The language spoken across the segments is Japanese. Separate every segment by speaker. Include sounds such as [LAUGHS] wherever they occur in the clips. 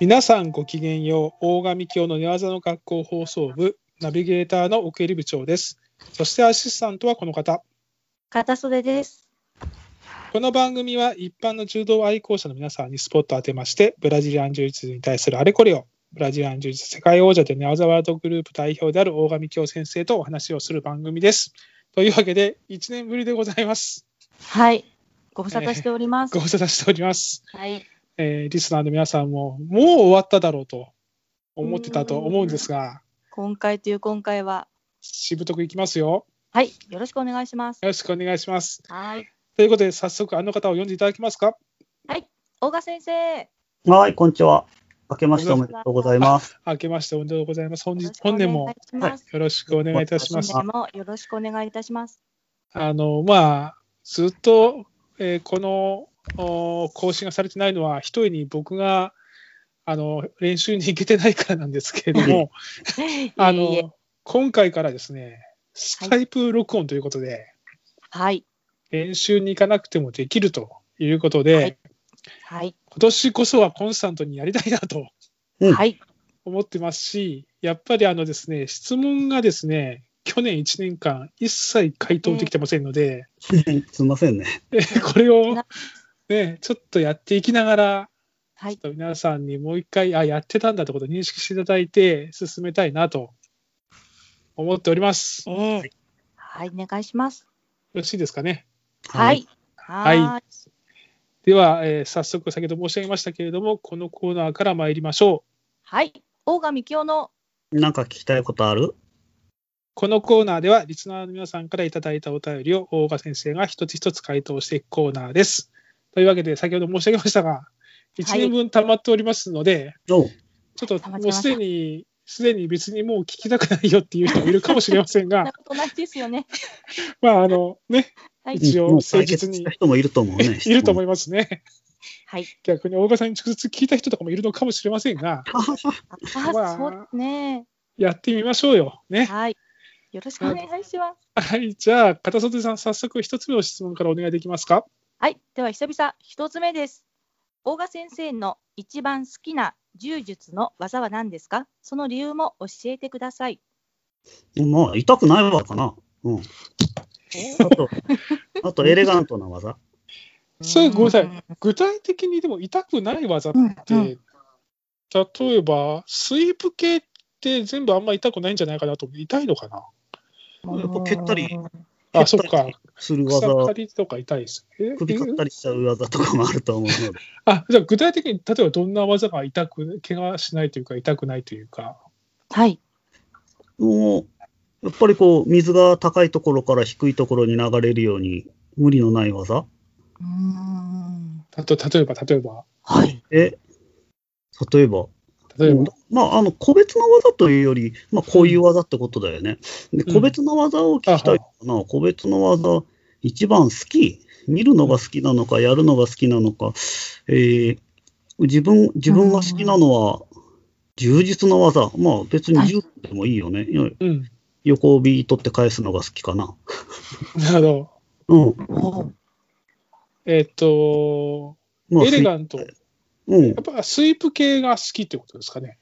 Speaker 1: 皆さんごきげんよう大神教の寝技の学校放送部ナビゲーターの奥入部長ですそしてアシスタントはこの方
Speaker 2: 片袖です。
Speaker 1: この番組は一般の柔道愛好者の皆さんにスポットを当てましてブラジリアン柔術に対するあれこれをブラジリアン柔術世界王者で寝技ワールドグループ代表である大神教先生とお話をする番組ですというわけで1年ぶりでございます
Speaker 2: はい。ご無沙汰しております。
Speaker 1: ご無沙汰しております
Speaker 2: はい。
Speaker 1: えーリスナーの皆さんも、もう終わっただろうと思ってたと思うんですが、
Speaker 2: 今回という今回は、
Speaker 1: しぶとくいきますよ。
Speaker 2: はい。よろしくお願いします。
Speaker 1: よろしくお願いします。
Speaker 2: はい。
Speaker 1: ということで、早速、あの方を呼んでいただけますか。
Speaker 2: 大賀先生。
Speaker 3: はい、こんにちは。明けましておめでとうございます。
Speaker 1: 明けましておめでとうございます。本
Speaker 2: よ
Speaker 1: 日
Speaker 2: ろし、くお
Speaker 1: 本
Speaker 2: 願い
Speaker 1: 年
Speaker 2: い
Speaker 1: も
Speaker 2: たしま
Speaker 1: よろしくお願いい
Speaker 2: す
Speaker 1: たします。
Speaker 2: 本年もよろしくお願いいたします。
Speaker 1: あの、まあ、ずっと、えーこのお更新がされてないのは、一重に僕が、あの、練習に行けてないからなんですけれども、あ
Speaker 2: いえいえ
Speaker 1: の、今回からですね、スカイプ録音ということで、
Speaker 2: はい。
Speaker 1: 練習に行かなくてもできるということで、
Speaker 2: はいはい。
Speaker 1: 今年こそはコンスタントにやりたいなと
Speaker 3: うん
Speaker 2: はい。
Speaker 1: 思ってますし、やっぱりあのですね、質問がですね、去年1年間一切回答できてませんので、
Speaker 3: [LAUGHS] すみませんね。
Speaker 1: これを、ね、ちょっとやっていきながら、
Speaker 2: はい。
Speaker 1: ちょっと皆さんにもう一回、あ、やってたんだってことを認識していただいて、進めたいなと思っております。よ
Speaker 2: ええはい。お願いします。
Speaker 1: ろしいですかね。
Speaker 2: は。い。
Speaker 1: い
Speaker 2: はーい。
Speaker 1: では、えー早速、先ほど申し上げましたけれども、このコーナーから参りましょう。
Speaker 2: はい。大賀幹雄の、
Speaker 3: なんか聞きたいことある
Speaker 1: このコーナーでは、リスナーの皆さんからいただいたお便りを大賀先生が一つ一つ回答していくコーナーです。というわけで、先ほど申し上げましたが、1年分溜まっておりますので、
Speaker 3: おう
Speaker 1: ちょっ
Speaker 2: 溜
Speaker 1: と
Speaker 2: ま
Speaker 1: も
Speaker 2: って
Speaker 1: う
Speaker 2: ます
Speaker 1: すでに、すでに別にもう聞きたくないよっていう人もいるかもしれません
Speaker 2: [LAUGHS] そん
Speaker 1: が
Speaker 2: な、ことないですよね。
Speaker 1: まあ、あのね、
Speaker 2: はい。
Speaker 1: 一応
Speaker 3: もう解
Speaker 1: 誠
Speaker 3: 決
Speaker 1: 実に
Speaker 3: した人もいると思うね。
Speaker 1: [LAUGHS] いると思
Speaker 3: い
Speaker 1: いますね。
Speaker 2: はい。
Speaker 1: 逆に大賀さんに直接聞いた人とかもいるのかもしれませんが、
Speaker 3: ます。
Speaker 2: あ
Speaker 1: ま
Speaker 2: あ、
Speaker 1: あ
Speaker 2: そうですね。
Speaker 1: やってみましょうよ。ね。
Speaker 2: はい。よろしくお願いします。
Speaker 1: はい、じゃあ、片袖さん、早速一つ目の質問からお願いできますか。
Speaker 2: はい、では久々一つ目です。大賀先生の一番好きな柔術の技は何ですか？その理由も教えてください。
Speaker 3: まあ、痛くないわ
Speaker 1: [LAUGHS]
Speaker 3: かな。うん。あと、あとエレガントな技。
Speaker 1: それごめんなさい
Speaker 2: い。
Speaker 1: 具体的にでも痛くない技っ
Speaker 2: う
Speaker 1: て、
Speaker 2: ん、
Speaker 1: 例えばスイープ系って全部あんま痛くないんじゃないかなと思って痛いのかな
Speaker 3: やっぱ蹴ったり
Speaker 1: あそっか
Speaker 3: する
Speaker 1: 草刈
Speaker 3: 技、
Speaker 1: りとか痛いですね
Speaker 3: 首
Speaker 1: え
Speaker 3: かったりしちゃう技とかもあると思うので。 [LAUGHS]
Speaker 1: あじゃあ具体的に例えばどんな技が痛く怪我しないというか痛くないというか
Speaker 2: はい。
Speaker 3: もう、やっぱりこう、水が高いところから低いところに流れるように、無理のない技。
Speaker 2: うーん。
Speaker 1: たと例えば例えば
Speaker 2: はい。
Speaker 3: え、例えば、
Speaker 1: 例えば、
Speaker 3: まあ、あの個別の技というより、まあ、こういう技ってことだよね。で
Speaker 1: うん
Speaker 3: 個別の技を聞きたいかな、個別の技、一番好き、見るのが好きなのか、やるのが好きなのか、えー自分自分が好きなのは、柔術の技、まあ、別に柔術でもいいよね。よ
Speaker 1: うん
Speaker 3: 横帯取って返すのが好きかな。
Speaker 1: なるほど
Speaker 3: うん。
Speaker 2: おー
Speaker 1: えっ、と
Speaker 3: まあ、
Speaker 1: エレガントや
Speaker 3: うん
Speaker 1: っぱスイープ系が好きってことですかね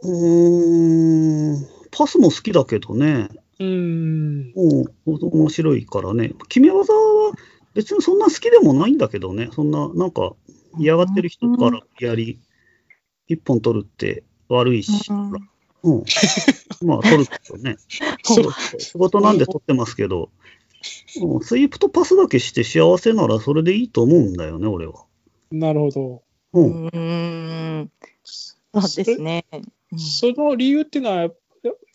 Speaker 3: うーん。パスも好きだけどね。
Speaker 1: うーん
Speaker 3: うん、面白いからね。決め技は別にそんな好きでもないんだけどね。そんな、なんか嫌がってる人からやり、一本取るって悪いし、
Speaker 2: うん
Speaker 3: うん。まあ取るけどね。
Speaker 1: そう
Speaker 3: 仕事なんで取ってますけど、うん、スイープとパスだけして幸せならそれでいいと思うんだよね、俺は。
Speaker 1: なるほど
Speaker 3: う。
Speaker 2: うんーん。そうですね。うん
Speaker 1: その理由っていうのは、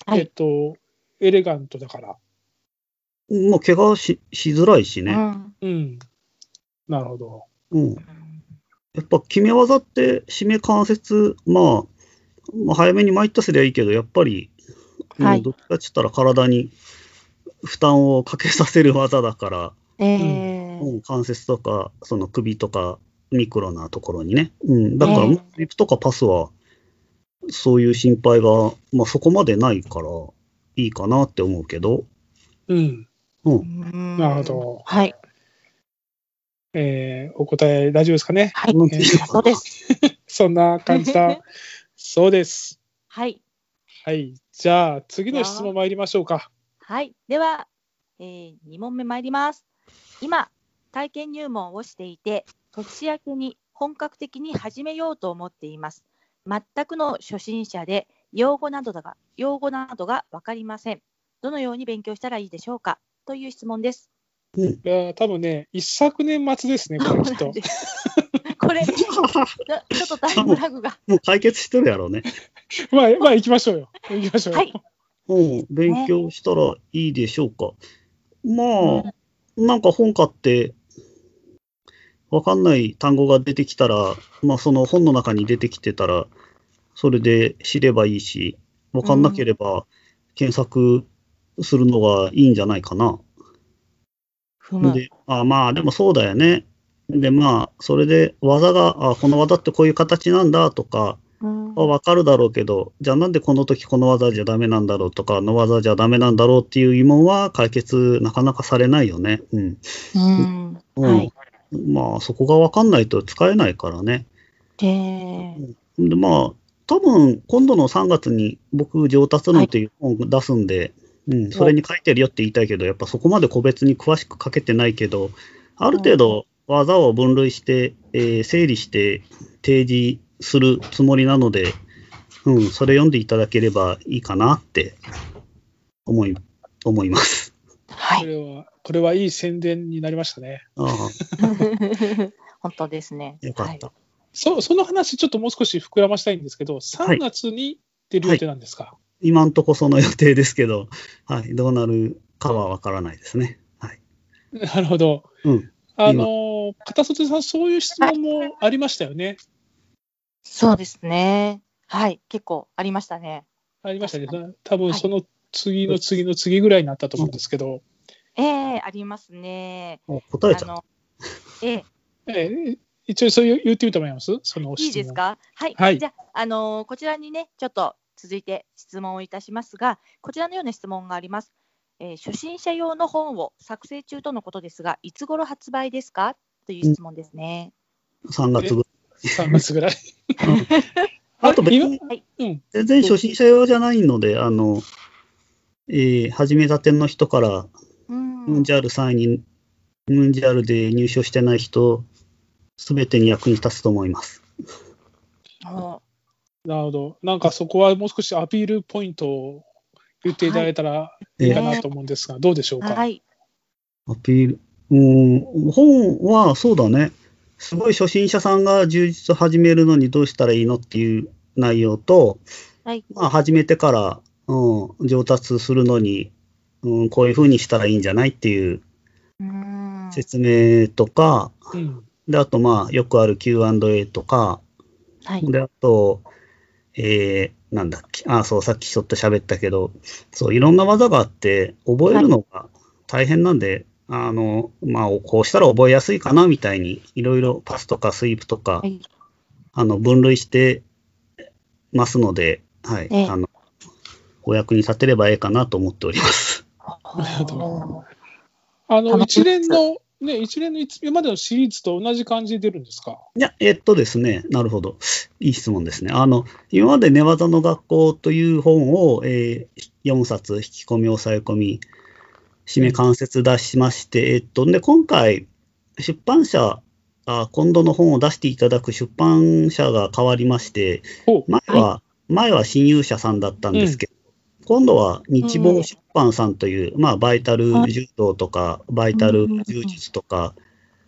Speaker 2: はい
Speaker 1: えっと、エレガントだから。
Speaker 3: まあ怪我ししづらいし
Speaker 2: う
Speaker 3: ね。
Speaker 2: ん。
Speaker 1: うん。なるほど。
Speaker 3: うん。やっぱ決め技って締め関節、まあ、まあ、早めに参ったすりゃいいけど、やっぱり、うん
Speaker 2: はい
Speaker 3: どっちかって言ったら体に負担をかけさせる技だから、
Speaker 2: えー
Speaker 3: うん関節とか、その首とか、ミクロなところにね。うん、だから、
Speaker 2: うん
Speaker 3: リップとかパスは、そういう心配が、まあ、そこまでないから、いいかなって思うけど、
Speaker 1: うん。
Speaker 2: う
Speaker 3: うん。
Speaker 2: ーん
Speaker 1: なるほど
Speaker 2: はい。
Speaker 1: えーお答え大丈夫ですかね。
Speaker 2: はい。
Speaker 3: うん
Speaker 2: そうです。
Speaker 1: そんな簡単。そうです。
Speaker 2: はい。
Speaker 1: はい。じゃあ、次の質問参りましょうか。
Speaker 2: はい。では、え2問目参ります。今、体験入門をしていて、年明けに本格的に始めようと思っています。全くの初心者で、用語などが、用語などが分かりません。どのように勉強したらいいでしょうかという質問です。 [LAUGHS]
Speaker 1: いやー多分ね、一昨年末ですね、これきっと。
Speaker 2: これ、ちょちょっとタイムラグが。
Speaker 3: もう解決してるやろうね。
Speaker 1: まあ、まあ、行きましょうよ。行きましょうよ。
Speaker 2: はい。
Speaker 3: うん、勉強したらいいでしょうか。まあ、なんか本買って、わかんない単語が出てきたら、まあその本の中に出てきてたら、それで知ればいいし、わかんなければ検索するのがいいんじゃないかな。
Speaker 2: ふむ。
Speaker 3: で、あまあでもそうだよね。で、まあ、それで技が、あこの技ってこういう形なんだとか、
Speaker 2: うん
Speaker 3: はわかるだろうけど、じゃあなんでこの時この技じゃダメなんだろうとか、あの技じゃダメなんだろうっていう疑問は解決なかなかされないよね。うん。
Speaker 2: うん。
Speaker 3: うん
Speaker 2: はい。
Speaker 3: まあそこがわかんないと使えないからね。
Speaker 2: で、
Speaker 3: で、まあ多分今度の3月に僕上達論っていう本を出すんで、うん、それに書いてるよって言いたいけど、やっぱそこまで個別に詳しく書けてないけど、ある程度技を分類して、えー整理して提示するつもりなので、うん、それ読んでいただければいいかなって思い、思います。
Speaker 2: は
Speaker 1: こ
Speaker 2: い。
Speaker 1: れは、これはいい宣伝になりましたね。
Speaker 3: ああ、
Speaker 2: [LAUGHS] 本当ですね。
Speaker 3: よかった。
Speaker 2: は
Speaker 1: そその話、ちょっともう少し膨らましたいんですけど、
Speaker 3: い
Speaker 1: 3月に出る予定なんですか、
Speaker 3: 今んとこその予定ですけど、はい、どうなるかはわからないですね。はい。
Speaker 1: [LAUGHS] なるほど。
Speaker 3: うん
Speaker 1: あの、片袖さん、そういう質問もありましたよね。
Speaker 2: いそうですね。はい。結構ありましたね。
Speaker 1: ありましたね
Speaker 2: 確。
Speaker 1: 多分その次の次の次ぐらいになったと思うんですけど、
Speaker 2: ええありますね。
Speaker 3: もう答えちゃった。
Speaker 2: の、ええ
Speaker 1: ええ一応そういう言ってみてもらいますその質問。
Speaker 2: いいですか。はい。
Speaker 1: はい
Speaker 2: じゃあ、あのーこちらにね、ちょっと続いて質問をいたしますが、こちらのような質問があります。えー初心者用の本を作成中とのことですが、いつ頃発売ですかという質問ですね。
Speaker 3: 3月分。
Speaker 1: 3月ぐらい。 [LAUGHS]
Speaker 3: あと別
Speaker 1: 今
Speaker 3: に
Speaker 1: うん。
Speaker 3: 全然初心者用じゃないので、あの、えー始めたての人から、
Speaker 2: うん
Speaker 3: ムンジャール3位に、ムンジャールで入賞してない人、すべてに役に立つと思います。
Speaker 2: お
Speaker 1: なるほど。なんかそこはもう少しアピールポイントを言っていただいたら
Speaker 3: え
Speaker 1: いい
Speaker 3: ー
Speaker 1: かなと思うんですが、どうでしょうか。
Speaker 2: はい。
Speaker 3: アピール。うーん、本はそうだね。すごい初心者さんが充実を始めるのにどうしたらいいのっていう内容と、
Speaker 2: はい。
Speaker 3: まあ、始めてから、うん、上達するのに、うん、こういうふうにしたらいいんじゃないっていう
Speaker 2: うん。
Speaker 3: 説明とか、
Speaker 1: うん。
Speaker 3: で、あと、まあ、よくある Q&A とか、
Speaker 2: はい。
Speaker 3: で、あと、えー、なんだっけ、あ、そう、さっきちょっと喋ったけど、そう、いろんな技があって、覚えるのが大変なんで、あの、まあ、こうしたら覚えやすいかな、みたいに、いろいろパスとかスイープとか、
Speaker 2: はい
Speaker 3: あの、分類してますので、はい、
Speaker 2: ええ
Speaker 3: あの、お役に立てればええかなと思っております。
Speaker 1: るほど
Speaker 2: お
Speaker 1: あの、
Speaker 2: 楽
Speaker 1: 一
Speaker 2: しみで
Speaker 1: 連
Speaker 2: す
Speaker 1: の、ね、一連の今までのシリーズと同じ感じで出るんですか。
Speaker 3: いや、えっとですね、なるほど。いい質問ですね。あの、今まで寝技の学校という本を、え4冊、引き込み、抑え込み、締め関節出しまして、えっと、で、今回、出版社、あ今度の本を出していただく出版社が変わりまして、
Speaker 1: ほう
Speaker 3: 前は、前は新勇者さんだったんですけど、今度は日
Speaker 2: う
Speaker 3: 望
Speaker 2: ん
Speaker 3: 出版さんという、まあ、バイタル柔道とか、バイタル柔術とか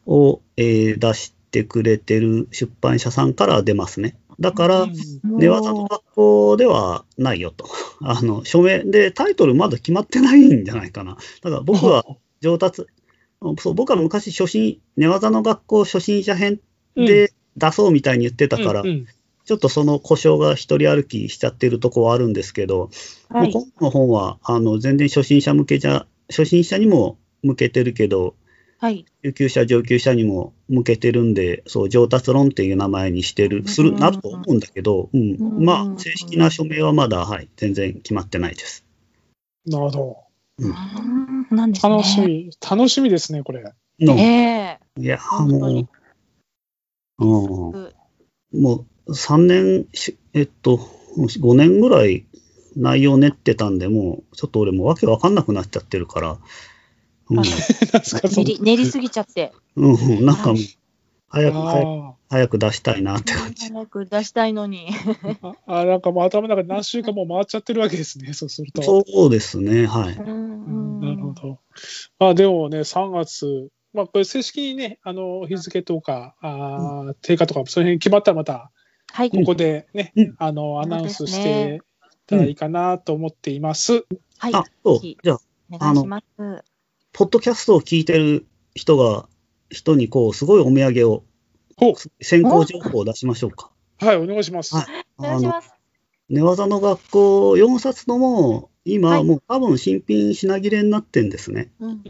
Speaker 3: を、えー出してくれてる出版社さんから出ますね。だから、
Speaker 1: うん
Speaker 2: ー
Speaker 3: 寝技の学校ではないよと。 [LAUGHS] あの、署名でタイトルまだ決まってないんじゃないかな。だから
Speaker 1: [LAUGHS]
Speaker 3: 僕は上達、そう、僕は昔初心、寝技の学校初心者編で出そうみたいに言ってたから
Speaker 1: うん、うん
Speaker 3: ちょっとその故障が一人歩きしちゃってるとこはあるんですけど、
Speaker 2: は
Speaker 3: もう
Speaker 2: い。
Speaker 3: 今度の本はあの全然初心者向けじゃ、初心者にも向けてるけど、
Speaker 2: はい。
Speaker 3: 中級者、上級者にも向けてるんで、そう、上達論っていう名前にしてる、す
Speaker 2: う
Speaker 3: る、
Speaker 2: ん
Speaker 3: なると思うんだけど、うん。
Speaker 2: うん
Speaker 3: まあ、正式な署名はまだ、はい、全然決まってないです。
Speaker 1: なるほど。
Speaker 2: うんなんですね。
Speaker 1: 楽しみ、楽しみですね、これ。 [LAUGHS]
Speaker 3: の、
Speaker 2: ええ
Speaker 3: いや、
Speaker 2: 本当
Speaker 3: も
Speaker 2: に
Speaker 3: う、うん、もう、 3年し、えっと、5年ぐらい内容練ってたんで、もう、ちょっと俺もわけわかんなくなっちゃってるから、うん
Speaker 2: あ
Speaker 1: なんすか、そ
Speaker 2: 練
Speaker 1: の
Speaker 2: り練りすぎちゃって。
Speaker 3: うんうん、なんかもう、早く、早く、
Speaker 1: あ
Speaker 3: 早く出したいなって感じ。
Speaker 2: 早く出したいのに。
Speaker 1: ーあ、なんかもう頭の中で何週間も回っちゃってるわけですね、そうすると。
Speaker 3: そうですね、はい。
Speaker 1: うんなるほど。まあでもね、3月、まあこれ正式にね、あの日付とか、あー定価とか、その辺決まったらまた、
Speaker 2: はい。
Speaker 1: ここでね、
Speaker 3: うん
Speaker 1: あのアナウンスし
Speaker 2: そ
Speaker 1: て
Speaker 2: うです
Speaker 1: いったらいいかなと思っています。
Speaker 2: はい。
Speaker 3: あ、そ
Speaker 2: ぜ
Speaker 3: う。
Speaker 2: ひ
Speaker 3: じゃあ、
Speaker 2: お願いします。
Speaker 3: ポッドキャストを聞いてる人が、人にこう、すごいお土産を
Speaker 1: お、
Speaker 3: 先行情報を出しましょうか。
Speaker 1: はい、お願いします。
Speaker 3: はい
Speaker 2: お願いします。
Speaker 3: 寝技の学校4冊とも、
Speaker 2: は
Speaker 3: 今、
Speaker 2: い
Speaker 3: もう多分新品品切れになってんですね。
Speaker 2: うん
Speaker 1: うん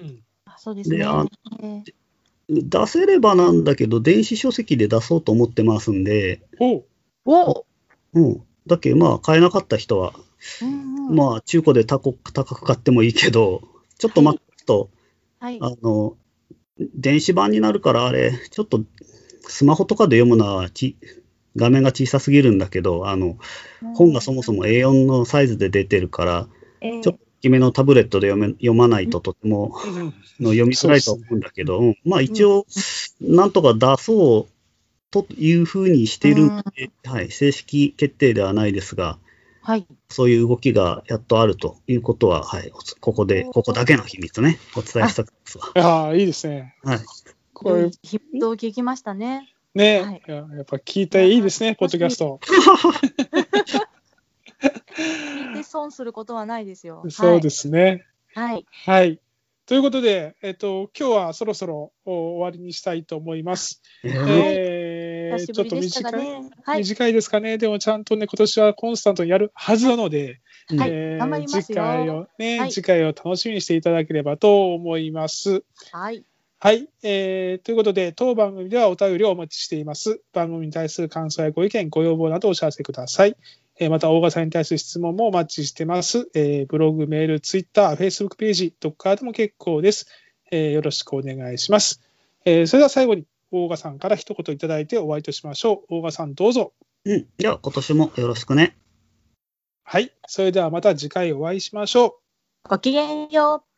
Speaker 2: あそうですね。
Speaker 3: であ
Speaker 2: えー
Speaker 3: 出せればなんだけど、電子書籍で出そうと思ってますんで、
Speaker 1: おう
Speaker 2: お
Speaker 3: うん。だけどまあ、買えなかった人は、
Speaker 2: うんうん
Speaker 3: まあ、中古で高く高く買ってもいいけど、ちょっと待つと、
Speaker 2: はい。
Speaker 3: あの、電子版になるから、あれ、ちょっと、スマホとかで読むのはち、画面が小さすぎるんだけど、あの、本がそもそも A4 のサイズで出てるから、
Speaker 2: えー
Speaker 3: ちょっと大きめのタブレットで読め読まないととても
Speaker 1: うん
Speaker 3: の読みづらいと思うんだけど、うんまあ一応、なんとか出そうというふうにしているので、はい、正式決定ではないですが、
Speaker 2: はい。
Speaker 3: そういう動きがやっとあるということは、はい、おつここで、ここだけの秘密ね、お伝えしたくですわ。
Speaker 1: ああ、いいですね。
Speaker 3: はい。
Speaker 1: これ
Speaker 2: ヒップを聞きましたね。
Speaker 1: ね、
Speaker 2: はい
Speaker 1: いややっぱ聞いていいですね、ポッドキャスト。
Speaker 2: 聞いて損することはないですよ。
Speaker 1: そうですね。
Speaker 2: はい。はい。
Speaker 1: はい。ということで、えっと、今日はそろそろお終わりにしたいと思います。
Speaker 3: えー
Speaker 1: えー
Speaker 2: 久し
Speaker 1: ちょっ
Speaker 2: ぶり
Speaker 1: と
Speaker 2: でし
Speaker 1: 短
Speaker 2: たが
Speaker 1: い、
Speaker 2: ね。はい。
Speaker 1: 短いですかね、でもちゃんとね、今年はコンスタントにやるはずなので、
Speaker 2: はい
Speaker 1: えー
Speaker 2: 頑張りますよ
Speaker 1: 次回をね、
Speaker 2: はい
Speaker 1: 次回を楽しみにしていただければと思います。
Speaker 2: はい。
Speaker 1: はい、えーということで、当番組ではお便りをお待ちしています。番組に対する感想やご意見、ご要望などお知らせください。えーまた、大賀さんに対する質問もお待ちしてます。えーブログ、メール、ツイッター、フェイスブックページ、どっからでも結構です。えーよろしくお願いします。えーそれでは最後に、大賀さんから一言いただいて終わりとしましょう。大賀さん、どうぞ。
Speaker 3: うん。じゃあ、今年もよろしくね。
Speaker 1: はい。それではまた次回お会いしましょう。
Speaker 2: ごきげんよう。